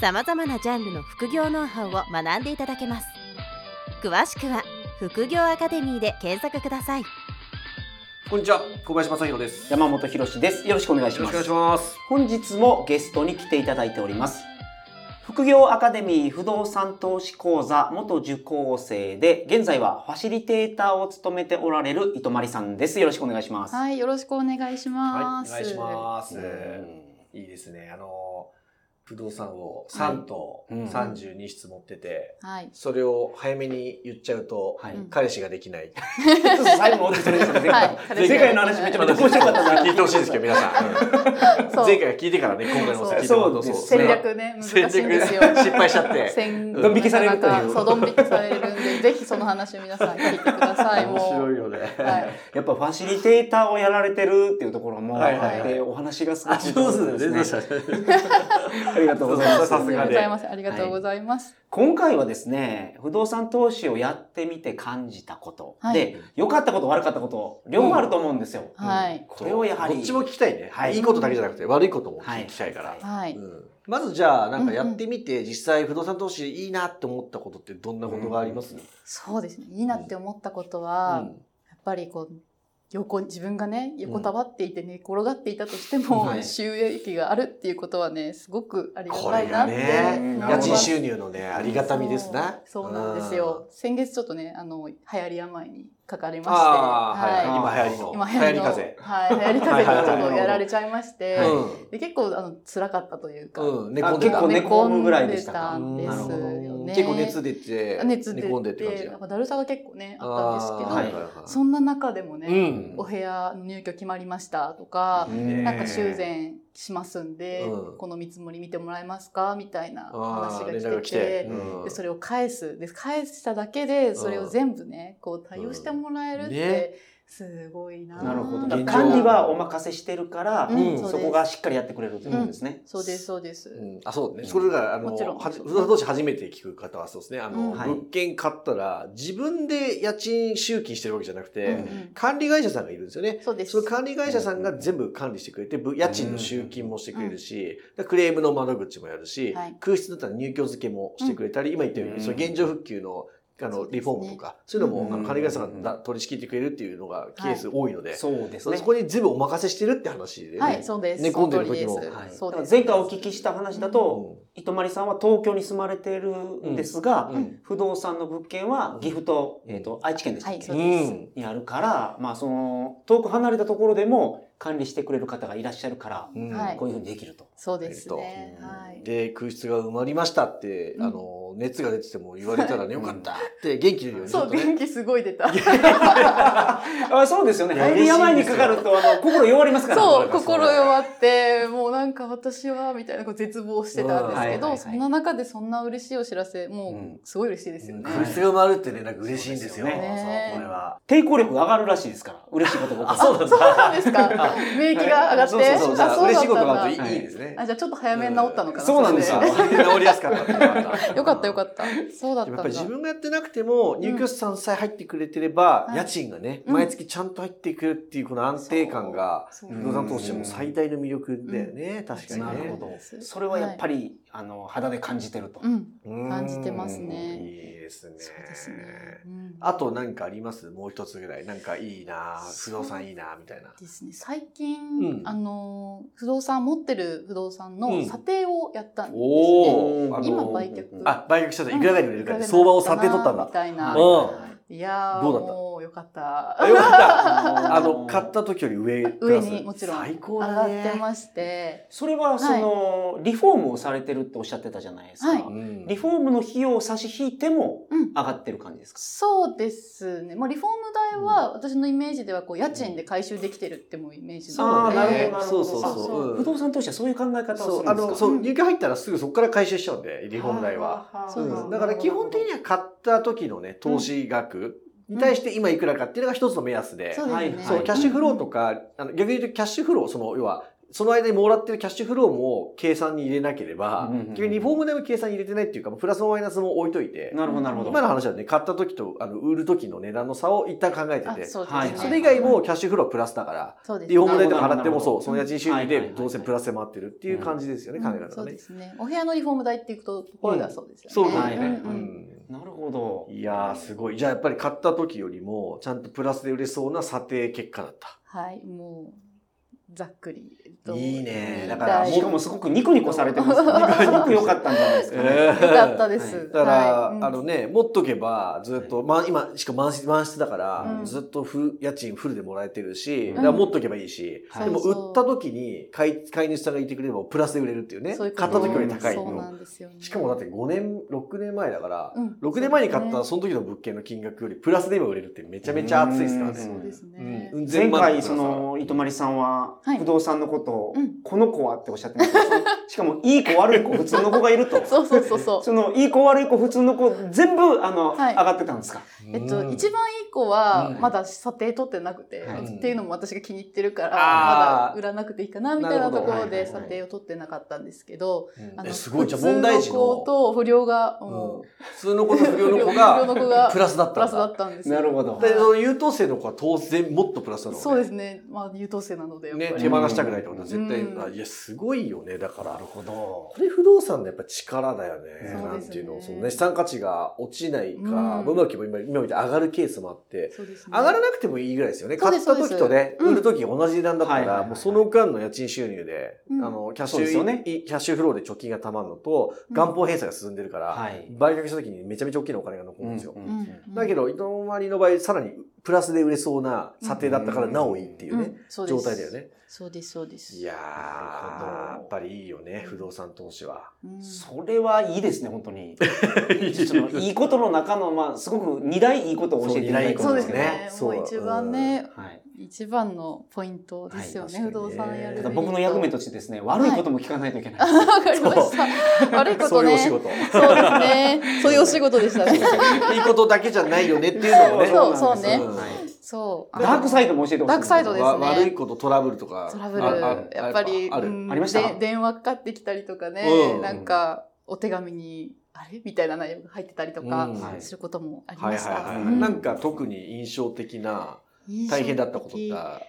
さまざまなジャンルの副業ノウハウを学んでいただけます詳しくは「副業アカデミー」で検索くださいこんにちは、小林正弘です。よ山本博史です。よろしくお願いろししくおます。願いします。本日もゲストに来ていただいております。副業アカデミー不動産投資講座元受講生で、現在はファシリテーターを務めておられる糸まりさんです。よろしくお願いします。はい、よろしくお願いしはまい、おす。願いします。うんいいですね。あの、不動産を3棟、はいうん32室持ってて、はい。それを早めに言っちゃうと、はい。うん彼氏ができない。最後までそれですね。前回は い前回の話めちゃめちゃ面白かったから聞いてほしいですけど、皆さん。そう前回は聞いてからね、今回のお聞いてもらうとそうです戦略ね、難しいんですよ。戦略失敗しちゃって。戦ドン引きされるというなかなかそう、ドン引きされるんで、ぜひその話を皆さん聞いてください。もう。いよね。はい。やっぱファシリテーターをやられてるっていうところも、はいはいはいでお話がすごあ、くそうですね。全然上手ですありがとうございます。さすがごでざいます。ありがとうございます。今回はですね、不動産投資をやってみて感じたこと、はいで、良かったこと悪かったこと、両方あると思うんですよ。はい。これをやはりどっちも聞きたいね。、はいいいことだけじゃなくて、悪いことも聞きたいから。はい。うんまずじゃあ、なんかやってみて、実際不動産投資いいなって思ったことってどんなことがありますそうですね。いいなって思ったことうは、んやっぱりこう、横、自分がね、横たわっていて寝転がっていたとしても、はい収益があるっていうことはね、すごくありがこたれいながって。ね、うん思い家ます賃収入のね、ありがたみですね。そうそうなんですよ。先月ちょっとね、あの、流行り病にかかりうん。まして、あはいあ、はい。今流今行流行りりの。の流行りはい、流行り風はいはい邪にはいちょっとやられちゃいまして、風。で結構あの辛かったというか、うん。うん。あ猫結構寝込むぐらいでしたか。なんうですよねん結構熱出て、熱出寝込んでってて感じなんだ。かだるさが結構ねあったんですけど、あーはいはいはいそんな中でもね、うんお部屋の入居決まりましたとか、うんなんか修繕しますんで、うんこの見積もり見てもらえますかみたいな話あー連絡がが来来ててて。。うんでそれを返すで返しただけでそれを全部ねこう対応してもらえるっうんねてすごいなうーんなるほとど。現状管理はお任せしてるから、うんそこがしっかりやってくれるということですね。そうですそうです、うんあ、そうね。それが、あの、もちろんはじ不動産投資初めて聞く方はそうですね。あの、うんはい物件買ったら、自分で家賃集金してるわけじゃなくて、うんうん管理会社さんがいるんですよね。そうですその管理会社さんが全部管理してくれて、ぶ家賃の集金もしてくれるし、でクレームの窓口もやるし、はい空室だったら入居付けもしてくれたり、今言ったよううに、んその現状復旧の、あその、うですねリフォームとか、そういうのも、あうんの、管理会社さんがだ取り仕切ってくれるっていうのがケース多いので、そうですそね。そこに全部お任せしてるって話でね。はい、そうです。寝込んでる時もその通りですはいそうだかでらす。前回お聞きした話だうと、ん糸まりさんは東京に住まれているんですが、うん不動産の物件は岐阜と、えっ、と、愛知県でしたっはけ、い、そうです。うんにあるから、まあその、遠く離れたところでも管理してくれる方がいらっしゃるから、うんはいこういうふうにできると。 そうですね。はい。で、空室が埋まりましたって、うんあの、熱が出てても言われたら ね、よかったって元気出るよね。そう、ちょっとね元気すごい出 た。あそうですよね。いや入り病にかかると、あの、心弱りますから。そこう、れが心弱って、もうなんか私は、みたいな、こう絶望してたんでうんすけはいはいはど、いそんな中でそんな嬉しいお知らせ、うもんう、すごい嬉しいですようんね。空室が埋まるってね、なんか嬉しいんですよ。そうそう、ですよねこれは。抵抗力が上がるらしいですから。嬉しいことが起そこる。うなんだ。そうなんです か免疫が上がって。そうそうそう。じゃああ、そう嬉しいだこっとたがあんるとだ。いいいいですね。あ、じゃあちょっと早めに治ったのかな。そうなんですよれ治りやす かったっていうのがあった。よかったよかった。そうだったやっんだぱ。り自分がやってなくても、入居者さんさえ入ってくれてれば、うん家賃がね、うん毎月ちゃんと入ってくるっていうこの安定感が、そう不動産投資も最大の魅力だよね、確かになね。るほど。それはやっぱり、あの、肌で感じてると。うん。うん感じてますねいいですね。そうですね。うんあと何かありますもう一つぐらい。なんかいいな不動産いいなみたいな。ですね、最近、うんあの不動産持ってる不動産うのん査定をやったんですね、おー今売却あ、売却しちゃった。いくらぐらいで売れるかって、うん相場を査定取ったんだみ。たいな、うんはいいやーどうだったもうよかったあよかった。ああーの、買った時より上プ上ラス。にもちろん最高上だね。がってまして、それはその、リフォームをされてるっておっしゃってたじゃないですか。はいうんリフォームの費用を差し引いてもうん、上がってる感じですか、そうですね、まあ、リフォーム代は私のイメージではこう家賃で回収できてるってもうイメージあなーのなるほどなで、るほどそうそうそうあうん不動産投資はそういう考え方そをすう、るあんですの、かそうう、ん入居入ったらすぐそこから回収しちゃうんで、リフォーム代は。あーそうですうんだから基本的には買った時のね、投資額に対して今いくらかっていうのが一つの目安で。そうですね、はいそう、キャッシュフローとか、あの逆に言うとキャッシュフロー、その、要は、その間にもらってるキャッシュフローも計算に入れなければうんうんうん、逆にリフォーム代も計算に入れてないっていうか、プラスもマイナスも置いといて、なるほど、なるほど。今の話はね、買った時と、あの、売る時の値段の差を一旦考えてあて、そうですね、はいそれ以外もキャッシュフローはプラスだから、そうですリフォーム代とかなるほ払どってもそなるほう、どその家賃収入はいはいはいではいどうせプラスで回ってるっていう感じですよね、考えうん方そうねで。すねお部屋のリフォーム代っていうところではそうですよね、そうですねんううんなるほど。いやー、すごい。じゃあやっぱり買った時よりも、ちゃんとプラスで売れそうな査定結果だった。はいもうざっくりいいねだだかかもらら、うしかもすごくニコニコされてますね。すごく良かったんじゃないですかね。えーよかったです、はいだから、はいうんあのね、持っとけば、ずっと、まあ、今、しかも満室満室だから、うんずっとフ家賃フルでもらえてるし、うんだから持っとけばいいし、はいでもそうそう売った時に買い、買い主さんがいてくれれば、プラスで売れるっていうね。そういうこ買とった時より高いそうなの。んですよねしかもだって5年、6年前だから、うん6年前に買ったそその時の物件の金額より、プラスで今売れるってめちゃめちゃ熱いですからうですねね。そうですね、うん前万回、その、糸まりさんはは、い不動産のことをうん、この子はっておっしゃってましたけど。しかも、いい子、悪い子、普通の子がいると。そうそうそ うそうその、いい子、悪い子、普通の子、全部、あの、は上いがってたんですかえっと、うん一番いい子うはんまだ査定取ってなくて、はいっていうのも私が気に入ってるから、あーまだ売らなくていいかなみたいなるなほどところはいではい査はい定を取ってなかったんですけど、うんあえのすごい、じゃあ普通問題児子の、と不良がうんも普通の子と不う、良の子 不良が、の子がプラスだったんだプラスだったんですよなるほどで、その優等生の子は当然もっとプラスなのねそうですね、まあ、優等生なのでやっぱねり、、手放したくないってことは絶対、うんあいや、すごいよね、だから。なるほどこ。れ不動産のやっぱ力だよね。そうなですねんていうの、そのね、資産価値が落ちないか、うんまあうまくいけば今、今みたいに上がるケースもあって、そうですね上がらなくてもいいぐらいですよね。そ買うでっすた時とね、そうです売る時同じ値段だったはいはいはいら、はいもうその間の家賃収入で、うんあの、キャッシそうですュ、よねいキャッシュフローで貯金がたまるのと、うん元本返済が進んでるから、はい売却した時にめちゃめちゃ大きなお金が残るんですよ。うんうんだけど、糸まりの場合、さらにプラスで売れそうな査定だったから、うんなおいいっていうね、うんそうです状態だよね。そうですそうですいやー、なるほやどっぱりいいよね、不動産投資は。うんそれはいいですね、本当 に。そのいいことの中の、まあ、すごく二大いいことを教えていただいてそうまですすけねど。そうもう一番ね、はい。一番のポイントですよね、はい不動産やるた上だで僕の役目としてですね、悪いことも聞かないといけ ない。わかりました。悪い こそとういうおね。仕そう事。ですね。そういうお仕事でしたね。いいことだけじゃないよねっていうのもね。そうそうねうんそう。あのダークサイドも教えてほしい。ダークサイドですねわ悪いこと、トラブルとか。トラブルああやっぱりある。うんありましたで電話かかってきたりとかね、うんなんかお手紙にあれみたいな内容が入ってたりとうかんはいすることもありはいまはいした。はいうはい。んなんか特に印象的な、大変だったことってどんなんあ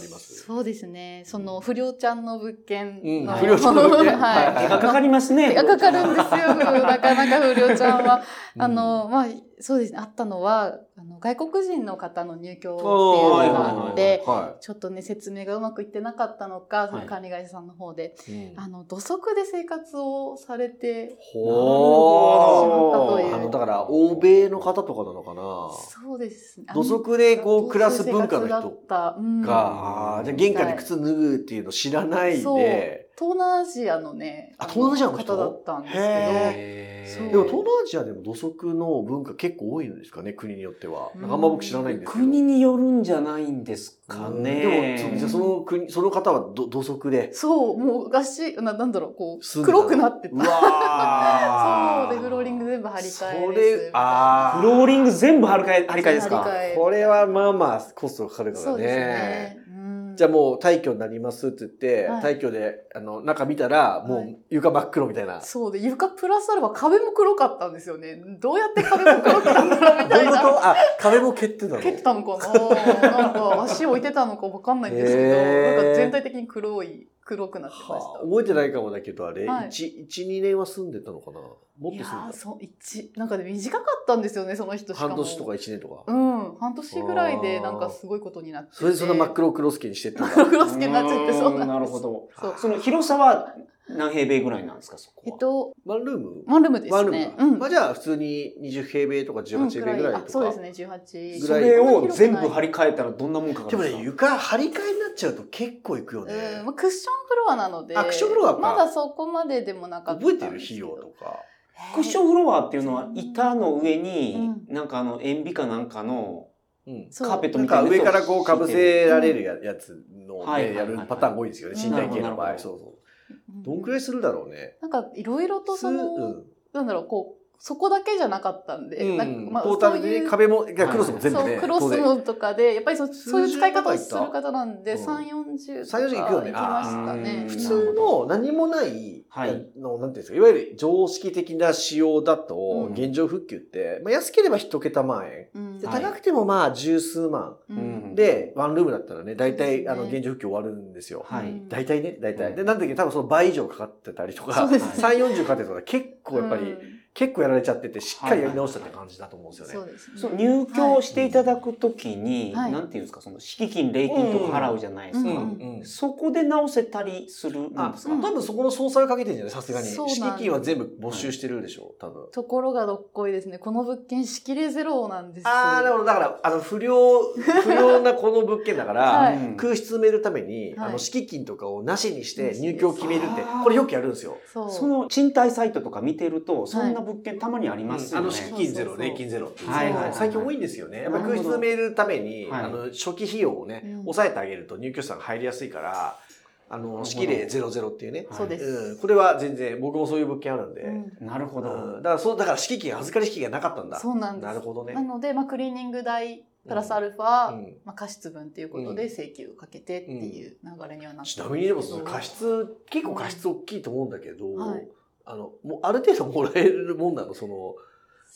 りますそうですね。その不良ちゃんの物件うんの、不良ちゃんの物件 はい。はい手がかかりますね。手がかかるんですよ。なかなか不良ちゃんは。うんあの、まあ、そうですね。あったのは、あの外国人の方の入居っていうおーのがあって、はちょっとね、説明がうまくいってなかったのか、その管理会社さんの方で、い。うんあの、土足で生活をされて、ほなるほどーあの、だから、欧米の方とかなのかなそうですね。土足でこう暮らす文化のだ人った、うん、が、うんあーじゃあ玄関で靴脱ぐっていうの知らないそうで、東南アジアのね、あ東南アジアの人方だったんですけへど、でそうも東南アジアでも土足の文化結構多いんですかね、国によっては。うんなんかあんま僕知らないんですけど。国によるんじゃないんですかね。でも、そその国、その方はど土足で。そう、もう、がっし、ななんだろう、こ住う、んでたの黒くなってた。わ そう、で、フローリング全部張り替えですみたいなあーフローリング全部張り替え、張り替えです張りか替えこれはまあまあコストがかかるかそらうですねね。。うんじゃあもう退去になりますって言って、はい退去で、あの、中見たら、もはうい床真っ黒みたいな。そうで、床プラスアルファ壁も黒かったんですよね。どうやって壁も黒くなったのみ どうたいいうことな。あ、壁も蹴ってたの蹴ってたのかななんか足置いてたのかわかんないんですけど、へーなんか全体的に黒い、黒くなってましはあ覚えてないかもだけど、あれ、はい1、1、2年は住んでたのかなもた。っいと住んでたやー、。そう、一、なんかで短かったんですよね、その人しかも。半年とか1年とか。うん、半年ぐらいでなんかすごいことになってて。それでそんな真っ黒クロスケにしてったんだ。黒 クロスケになっちゃって、そうなんですなるほど。そうその広さは何平米ぐらいなんですか、そこえは。っと、ワンルームワンルームでワすンルーねム。か、うんまあ、じゃあ普通に20平米とか18平米ぐらいとか、あそうですね、18ぐそらいれを全部張り替えたらどんなもんかかでるんもでねすか床張り替えになっちゃうと結構いくよね、うんまあクッションフロアなのであクッションフロアかまだそこまででもなかった覚えてる費用とかクッションンフロアっていうのは板の上に、うなんかあの塩ビかなんかのうんカーペットなんみたかいな上からこうかぶせられるややつのはいはいねはやいるパターンが多いんですよねうん身体系の場な合るほどそうそうどんくらいするだろうねなんかいろいろとすそうの、んなんだろうこうそこだけじゃなかったんで、うんなんかまあトータルそうでいねう壁もいやクロスも全部そねうクロ当ス然のとかでやっぱりそうそういう使い方をする方なんで数十3 4 0 30行くよねましたあーね普普通の何もないはいあのなんていうんですかいわゆる常識的な仕様だとうん現状復旧ってまあ安ければ一桁万円うんではい高くてもまあ十数万ううんんでワンルームだったらね大そうで体すねあの現状復旧終わるんですよはうい。ん大体ね大体うでんなんだけど多分その倍以上かかってたりとそかうですね3 4 0かかってたら結構やっぱり、うん結構やられちゃっててしっかりやり直したって感じだと思うんですよね。そうですねそう入居していただくときに、はいなんていうんですか、その敷金、礼金とか払うじゃないですか。うんうんそこで直せたりするんあですうかん多分そこの総裁をかけてるんじゃないさすがに。そうなんです敷金は全部募集してるでしょう、多分。ところがどっこいですねこの物件仕切れゼロなんですああ、なるほど。だから、あの、不 良、不良なこの物件だから、はいうん空室埋めるために、はいあの、敷金とかをなしにしてなしに入居を決めるってあー、これよくやるんですよ。そうその賃貸サイトとか見てると、そんな物件たまにありますあよね。の、敷金ゼロ、礼金ゼロっていう。はいはいはい最近多いんですよね。やっぱなる空ほど室埋めるために、はいあの、初期費用をね、うん抑えてあげると入居者さんが入りやすいから、あほどの、敷礼ゼロゼロっていうね、そうです、うん、これは全然僕もそういう物件あるんで、うんなるほど。うんだからそうだから敷金預かり敷金がなかったんだそうなんでするほどねなので、まあ、クリーニング代プラスアルファ、うんまあ、過失分ということで請求をかけてっていう流れにはなってちなみにでもその過失結構過失大きいと思うんだけど、はいあのもうある程度もらえるもんなのその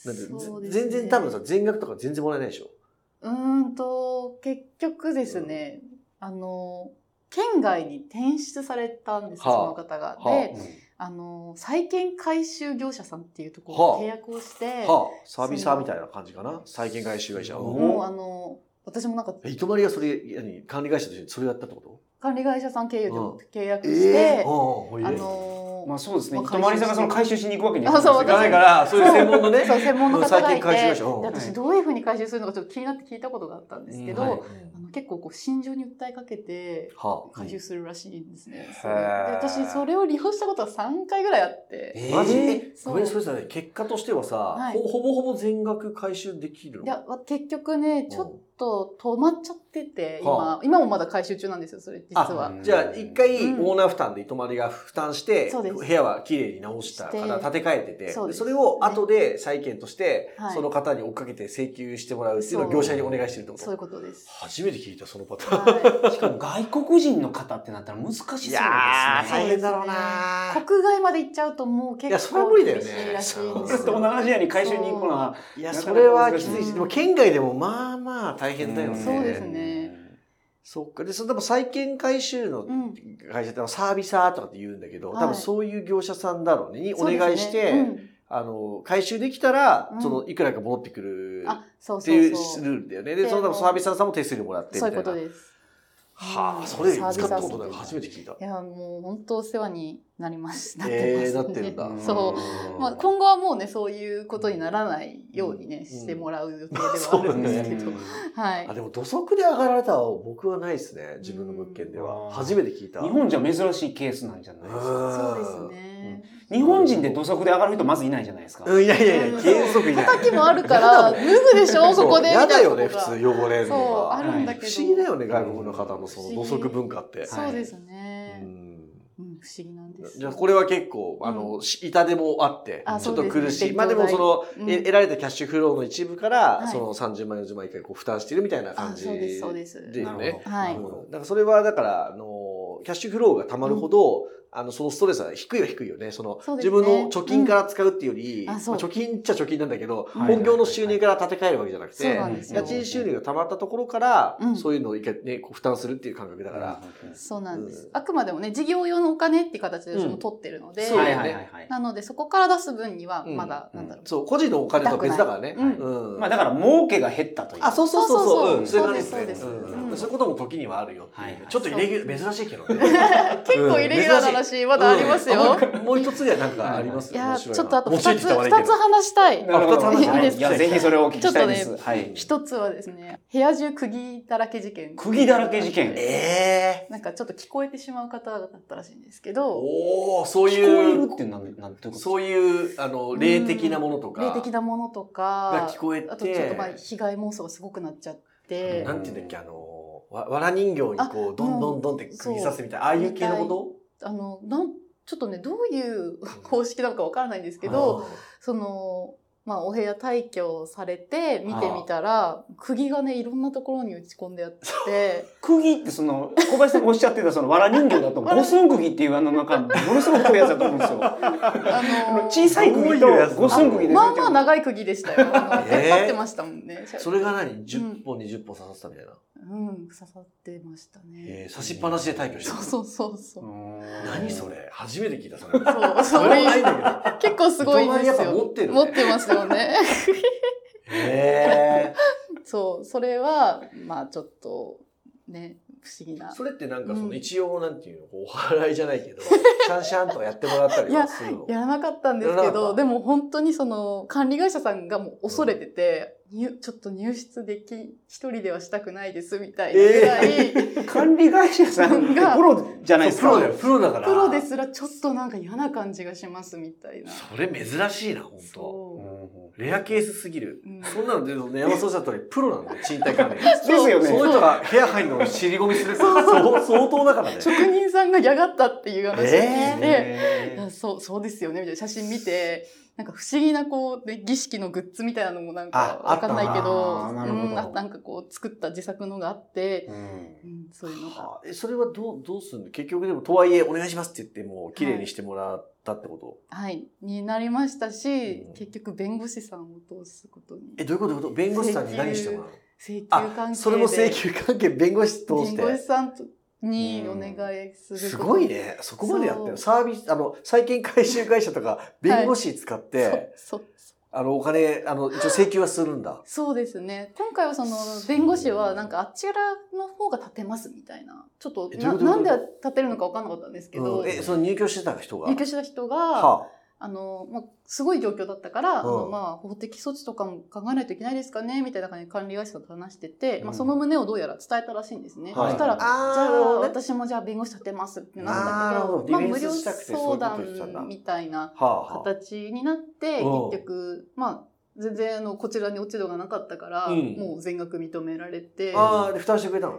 なんてそうですね全然多分さ全額とか全然もらえないでしょうーんと結局ですね、あの県外に転出されたんです、はあその方が。はあであの再建回収業者さんっていうとこはろあに契約をして、はあサービサーみたいな感じかな再建外周会社すごういんもうあの私もなんかえ糸まりがそれ何管理会社としてそれやったってこ管理会社さん経由でうん契約として、ああああのまあそうですね。まあ泊まりさんがその回収しに行くわけにはいあそう行かなないいか。かららそういう専門のねそう専門の方がいて、うん最近回収会で社うん私どういうふうに回収するのかちょっと気になって聞いたことがあったんですけど、うんはいあの結構こう心情に訴えかけてはあ回収するらしいんですね。んそれでへー私それを利用したことは3回ぐらいあって。マジ、えーえごめんそれさ結果としてはさ、はいほほぼほぼ全額回収できるのいやわ結局ねちょうんっと止まっちゃってて今、は今もまだ回収中なんですよそれ実はあ。じゃあ一回うんオーナー負担で糸まりが負担して、そうです部屋は綺麗に直したからして建て替えててそうそですれを後で債権として、はいその方に追っかけて請求してもらうっていうのをそう業者にお願いしてるってこそういとうことです。初めて聞いたそのパターン、は しかも外国人の方ってなったら難しそうですね。やーそう大ですね、変だろうない国外まで行っちゃうともういや結それは構無理だよ厳ねしいらしいんうでずっすと同よ。じアジアに回収に行くのは。いやなかなかそれはきつ難いしいしでも県外でもまあまあ大変だよね、うんそうですねそっかでそのでも債権回収のうん会社ってあのサービサーとかって言うんだけど、はい多分そういう業者さんだろうねにおそうですね願いして、うんあの回収できたら、うんそのいくらか戻ってくるあそうってそういうルそうールだよねででその多も分サービスさんも手数料もらってみたそういいなうことです。はうんあそれ使サービっスたことなんサーかビス初めて聞いたいやもう本当お世話になります。なってます、えーなってるん だそう。まあ、今後はもうねそういうことにならないようにね、うんしてもらう予定ではあるんですけど、うんはいあでも土足で上がられたは僕はないですね自分の物件でうはん初めて聞いた日本じゃ珍しいケースなんじゃないですか。そうですね、日本人で土足で上がる人まずいないじゃないですか。うんいやいやいや原則いない叩きもあるから脱ぐでしょここでみやただいなよこねと普が通汚れるそうのあがるんだけど、不思議だよね外国の方のそ不の思土議足文化って、そうですねう、んうん、不思議なんですじゃあこれは結構、あの、し痛手もあってあ、ちょっそとうですね苦しい。勉強まあでもその、代うんえ得られたキャッシュフローの一部から、はいその30万、40万以下にこう負担してるみたいな感あじそうですそうですでなるほど。はいうんだからそれはだから、あの、キャッシュフローがたまるほど、あの、そのストレスは低いは低いよね。その、そうです自ね分の貯金から使うっていうより、うんあまあそう貯金っちゃ貯金なんだけど、はい本業の収入から立て替えるわけじゃなくそうてな、んです家よ賃収入がたまったところからう、んそういうのを一回ね、こう負担するっていう感覚だだから、、そうなんです、うんあくまでもね事業用のお金って形でそうのん取ってるので、そうはいはいはいはい。なのでそこから出す分にはうんまだ、うんなんだろうそう、個人のお金とは別だからね。うんうんまあだから儲けが減ったという。あ、そうそうそうそう。そうれなんそうそうですねそうですうんうんそういうことも時にはあるよっていう。はいはいちょっとイレギュ珍しいけどね。結構イレギュラーな話まだありますよ。うんもう一つぐらいなんかありますいや面ち白なょっとあと二用いつてたわね二つ話したい。なるほどあ二つ話いいですかいや、ぜひそれをお聞きしたいでちょす。っはい。一つはですね、部屋中釘だらけ事件。釘だらけ事件。ええなんかちょっと聞こえてしまう方だったらしいんですけー。ど、おおそう聞こえいるうっていうのはなんていうことそういうあの霊的なものとか霊的なものとがか聞、こえてあとちょっとまあ被害妄想がすごくなっちゃってな、んていうんだっけあのわわら人形にこうどんどんどんって釘刺すみたいなああいう系のこあのなんちょっとねどういう公式なのかわからないんですとけど、そのまあお部屋退去されて見てみたら釘がねいろんなところに打ち込んで あって。釘ってその、小林さんがおっしゃってたその、わら人形だと、五寸釘っていうあの、なんか、ものすごく濃いやつだと思うんですよ。ああのの小さい釘と五寸釘ですまあまあ長い釘でしたよ。あのえー出っ張ってましたもん ね。それが何10本20本刺さったみたいな、うん、刺さってましたね。えー刺しっぱなしで退去してそうるそうそうそう。何それ初めて聞いたそ れそう、そそれはないんれだけど結構すごいんです人前やっぱよ。持ってるね持ってますよね。 へえそう、それは、まあちょっと、ね、不思議な。それってなんかそのうん一応なんていうのこうお祓いじゃないけ どシャンシャンとかやってもらったりはするのやらなかったんですやけらなかっど、たでも本当にその管理会社さんがもう恐れてて、入ちょっと入室でき、一人ではしたくないですみたいなぐらい、管理会社さんがプロじゃないですプロかだ。よプロだから プロですらちょっとなんか嫌な感じがしますみたいな。それ珍しいな本当うそんレアケースすぎるう。うんそんなのでもね山本さんと ねプロなんで賃貸管理ですよね。そういう人が部屋入るのを尻込みするそう相当だからね職人さんが嫌がったっていう話を聞いて、えいーやそうそうですよねみたいな写真見てなんか不思議なこう、ね、儀式のグッズみたいなのもなんかああわったかなんないけどなるほどうん、あなんかこう作った自作のがあって、うんうん、そういうのが。はあえそれはどうどうするの結局でもとはいえお願いしますって言ってもう綺麗にしてもらったってこと、はい、になりましたし、うん結局弁護士さんを通すことにえどういうことどういうこと弁護士さんに何してもらうの請求関係あでそれも請求関係弁護士通し弁護て士さんとにお願いすることすごいねそこまでやってそるうサービスあの債権回収会社とか弁護士使って、そうそうあのお金あの一応請求はするんだそうですね。今回はその弁護士はなんかあちらの方が立てますみたいな。ちょっとえどういうなことなんで立てるのか分かんなかったんですけど、うん、えその入居してた人が入居した人が、はあの、まあ、すごい状況だったから、あうの、んまあ、法的措置とかも考えないといけないですかね、みたいな感じで管理会社と話してて、うんまあ、その旨をどうやら伝えたらしいんですね。はいそしたら、じゃあーなるほあ、どね私もじゃあ弁護士立てますってなったあーなるけほどど、まあ、リベ無ン料スしたくてそういうこ相とをしたんだ談みたいなあ、はあ、は形になって、うん結局、まあ、全然あのこちらに落ち度がなかったから、うんもう全額認められて、あ、ああで負担してくれたの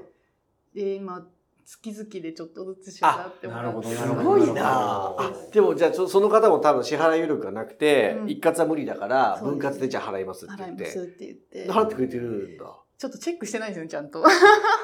で、今、月々でちょっとずつ支払ってもらってある。なするほどごいななあでもじゃあそその方も多分支払い余力がなくて、うん一括は無理だからそうです分割でじゃあ払いますって払言いっますってて言って。払ってくれてるんだちょっとチェックしてないんですよね、ちゃんと。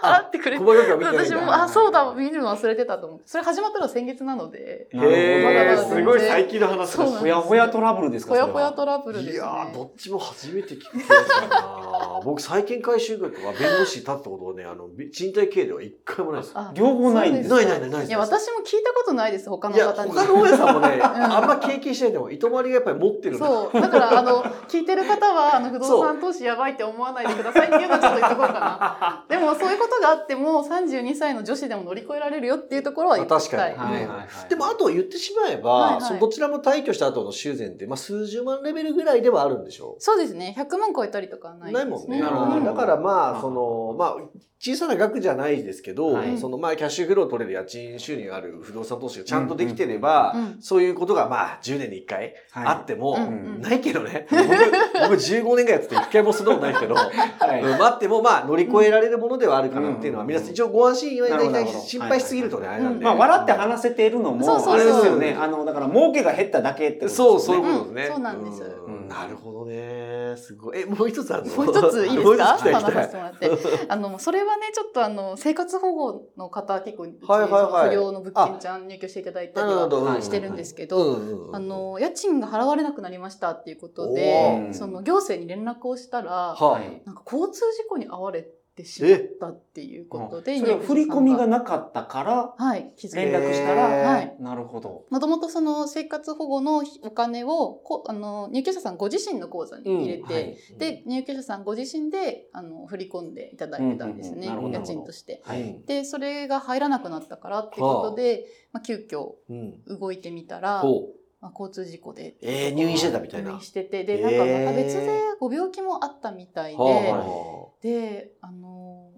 あ払ってくれ細て。かくは見てないん 私だも、あ、そうだ、見るの忘れてたと思って。それ始まったのは先月なので、なるほどへえまだまだすごい全然最近の話そうなんほやほやトラブルですかぽやぽやラトラブルです、ね。いやーどっちも初めて聞くやつだな僕債権回収額は弁護士立ったことはねあのび賃貸経営では一回もないですあ両方ないんですそうないかないないないですいや、私も聞いたことないです、他のいや方に。他の大家さん もね、んあんま経験してないでも糸まりがやっぱり持ってるんだそう。だから、あの、聞いてる方は、あの、不動産投資やばいって思わないでくださいっていうのはちょっと言っとこうかな。でも、そういうことがあっても、32歳の女子でも乗り越えられるよっていうところは言っときたい。確かにはねいはいはいでもあと言ってしまえば、はいはいそのどちらも退去した後の修繕って、まあ、数十万レベルぐらいではあるんでしょそうですね。100万超えたりとかはなないでもす、んね。なるほどうんだからまああ、その、まあ、小さな額じゃないですけど、はいそのまあ、キャッシュフロー取れる家賃収入がある不動産投資がちゃんとできてれば、うんうんそういうことがまあ、10年に1回あっても、うんうんないけどね。僕、僕15年間やってて1回もそんなこと ないけど、はいうん待ってもまあ、乗り越えられるものではあるかなっていうのは、うん皆さん一応ご安心いただきなたるいほどし、心配しすぎるとね、あはれなんで。まあ、笑って話せているのそうも、そうそうあれですよね。あの、だから、儲けが減っただけってことですよそね。う、そういうこねとですね。うんそうなんですうんなるほどね。すごい。え、もう一つあるのもう一ついいで もうす一かつ来た話来たさせてもらって。あの、それはね、ちょっとあの、生活保護の方、結構、うちはいはいはい不良の物件ちゃん入居していただいたりはどうんしてるんですけうど、んうんうんあ、の、家賃が払われなくなりましたっていうことおで、ーその、行政に連絡をしたら、ははいい。なんか交通事故に遭われってしまったっていうことで、それは振り込みがなかったから、はい、気づ連い絡したら、えーはいなるほど。もともとその生活保護のお金をこあの入居者さんご自身の口座に入れて、はい。で入居者さんご自身であの振り込んでいただいてたんですね、うんうんうんなる家ほど賃として。はいうんでそれが入らなくなったからっていうことで、まあ、急遽うん。動いてみたら、ほう。まあ、交通事故でえー、入院してたみたい入な院。しててへでーなんかまた別でご病気もあったみたいで、はであの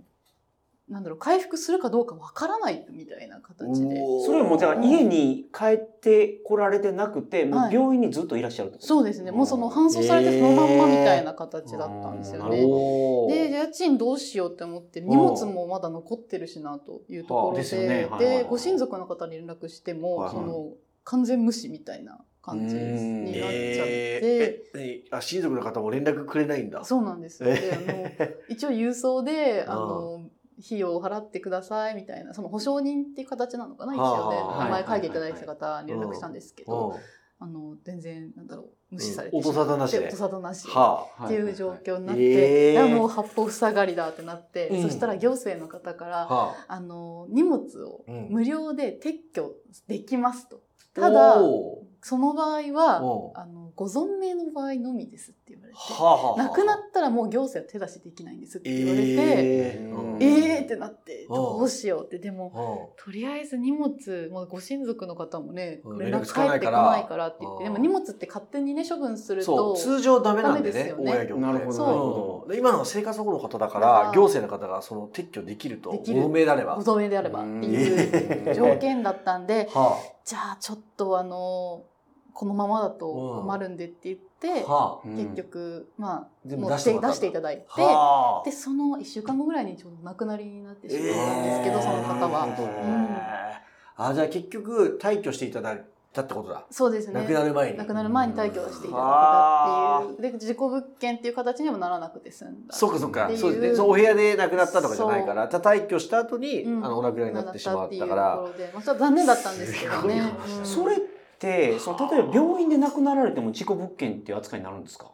なんだろう回復するかどうかわからないみたいなあ形でうおーそれはもうじゃあ家に帰ってこられてなくて、もはうい病院にずっといらっしゃるってことそうですねもうその搬送されてそのまんまみたいな形だったんですよなるね。おーで家賃どうしようって思って荷物もまだ残ってるしなというところはあでですよねはいでご親族の方に連絡してはいもはいその完全無視みたいな感じうんになっちゃってえー、えあ親族の方も連絡くれないんだ。そうなんですよであのえ一応郵送でうんあの費用を払ってくださいみたいなその保証人っていう形なのかな一応ねはあ名前書いていただいてた方に連絡したんですーけどうんあの全然なんだろう無視されうてん音沙汰なしで音沙汰なしはあ。っていう状況になって、えーいやもう八方塞がりだってなって、うんそしたら行政の方から、はあ。あの荷物をうん無料で撤去できますと、ただおその場合ーはおーあのご存命の場合のみですって言われて、はあはあ。なくなてったらもう行政は手出しできないんですって言われて、ええーううんーー、ってなっうてんどうしようってでもうとりあえず荷物、まあ、ご親族の方もねうん連連絡絡つか返なっいてかこらないからって言っうてんでも荷物って勝手にね処分するんそとう通常ダメなんでダメねですよね親業ってなるほどそうなるほで今の生活保護の方だかだからら行政の方がその撤去できるとできるご命であればごは存命であればっていう 条件だったんであじゃあちょっとあのこのままだと困るんでって言って、はあうん結局、まあ全持部って出して出もらったしていただいて、はあでその1週間後ぐらいにちょうどお亡くなりになってしまえったんですけど、ーその方なるは。ほどうんあじゃあ結局退去していただいたってことだそうですね亡くなる前に亡くなる前に退去していただけたっていうで事故物件っていう形にもならなくて済んだそっかそっかっていうそうですねそのお部屋で亡くなったとかじゃないからただ退去した後にあうんのお亡くなりになってしまったからなったっていうところで、まあ、ちょっと残念だったんですけどすごいね話だ、うんそれってその例えば病院で亡くなられても事故物件っていう扱いになるんですか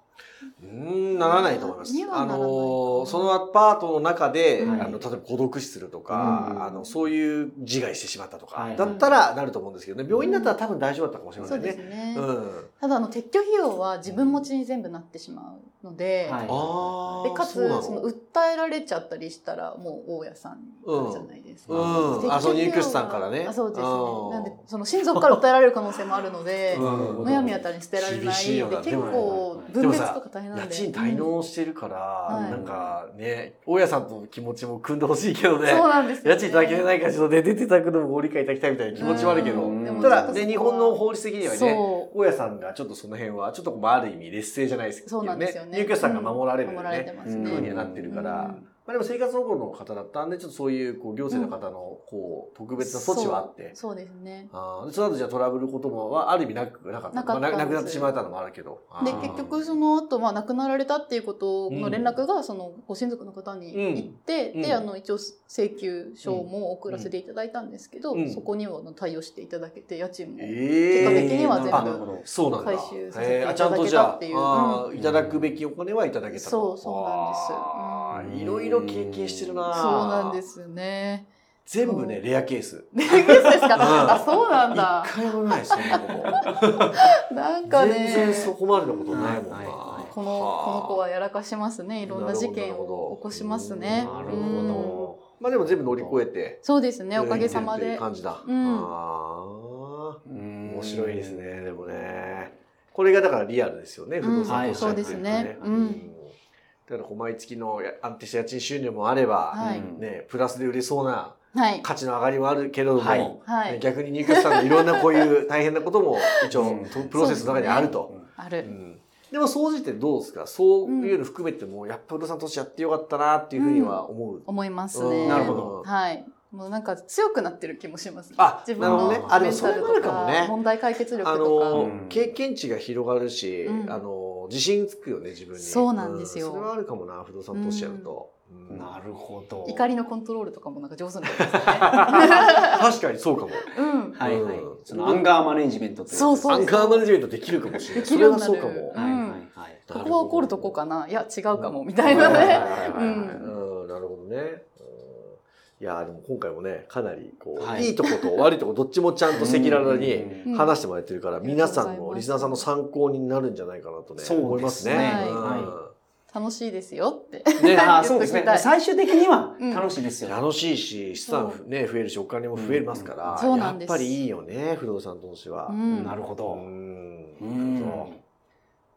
うーんならないと思いますにはなあらないかなのそのアパートの中で、はいあの例えば孤独死するとか、うんあのそういう自害してしまったとか、はいだったらなると思うんですけどね病院だったら多分大丈夫だったかもしれまそせうんでねす。ね、うんただあの撤去費用は自分持ちに全部なってしまうので、はいあーでかつそうなのその訴えられちゃったりしたらもう大家さんになるじゃないですか。うんであそう入結局居者さんからねあそうですね。うんなんでその親族から訴えられる可能性もあるので、うんむやみやたりに捨てられ厳なしいいよでな結構でも分別さとか大変な家んで。賃滞納してるから、うんなんかね大家さんとの気持ちも組んでほしいけどうんねそうなんですよ、家ね。賃いただけないからちょっとね出ていただくのもご理解いただきたいみたいな気持ちはあるけうどんでもたちょっだとそこねは日本の法律的にはねそ大家さんがちょっとその辺はちょっとまあある意味劣勢じゃないですけうそどうなんですよね。入居者さんが守られるうんよ守られねてますうんね。風にはなってるから、うんまあ、でも生活保護の方だったんでちょっとそういうこう行政の方のこう特別な措置はあって、そうそうですね。あーでその後じゃあトラブルこともはある意味なくなかったなかったんまあ、ななですくなってしまったのもあるけどあでー結局その後、まあ亡くなられたっていうことの連絡がそのご親族の方に行って、うんうんであの一応請求書も送らせていただいたんですけど、うんそこにはあの対応していただけて家賃もえー結果的には全部あそうなんだ回収させていただけたえーあちゃんとじゃあっていうあーうんいただくべきお金はいただけたとそうそうなんわーうですんいろいろ経験してるなそうなんですすよね。全部ねレアケースレギュですか、んあそうなんだ一。回もないですねなんか全ね然そこまでのことないもんな、はいはいはいこのこの子はやらかしますねいろんな事件を起こしますね。なるほうんどまあでも全部乗り越えてそうですねおかげさまっていでう。感じだ、うんあー面面白いですねでもねこれがだからリアルですよね不動産投資っていのははいそうですねうんだからこう毎月のや安定した家賃収入もあれば、はいね、プラスで売れそうなはい価値の上がりもあるけれども、はいねはい逆に入居者さんのいろんなこういう大変なことも一応うんとプロセスの中にあると。あうる。んでも総じてどうですかそういうの含めてもやっぱ不動産投資やってよかったなっていうふうには思う。思いますね。うんなるほどはい。もうなんか強くなってる気もします、ねあ自分のなメるンほどねあタでもルそれもあとるかもか、ね問題解決力あとか、の、うん経験値が広がるし、うんあの自信つくよね自分にそうなんですよそれはあるかもな不動産投資やると、うんなるほど怒りのコントロールとかもなんか上手になりますね。 確かにそうかも うん。はいはいうんそのアンガーマネジメントといそうそうアンガーマネジメントできるかもしれないできるようになそるれはそうかもうはいはいんはいここは怒るとこかな、いや違うかも、みたはたいいはいなはいね。はいはいはいうんうんなるほどね。うんいやーでも今回もねかなりこう、、はいいいとこと悪いとこどっちもちゃんと赤裸々にうんうん話してもらってるから、うん皆さんありがとうのございますリスナーさんの参考になるんじゃないかなとねそうですね思いますね。はいうん楽しいですよって。ねあー言そっうとできすた ねい最終的には楽しいですよ、楽しいし資産ね増えるしお金も増えますから、うんそうなんですやっぱりいいよね不動産投資は。うんなるほど、うんうんそ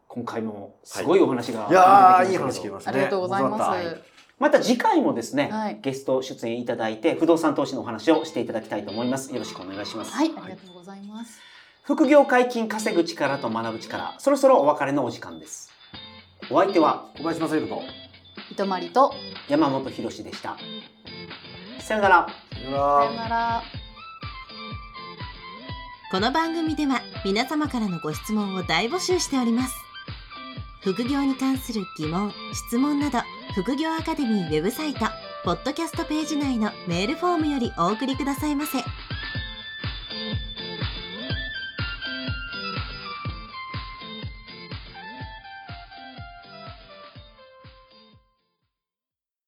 今回もすごいお話が、ういやーいいま話し聞たけきどましあたりね。がとうございま面白かっす。また次回もですね、はいゲスト出演いただいて不動産投資のお話をしていただきたいと思いますよろしくお願いします、はい、ありがとうございます。副業解禁稼ぐ力と学ぶ力そろそろお別れのお時間ですお相手はた小林正弘と。糸まりと、山本博史でしたさよならさよさならよなら。この番組では皆様からのご質問を大募集しております副業に関する疑問・質問など副業アカデミーウェブサイトポッドキャストページ内のメールフォームよりお送りくださいませ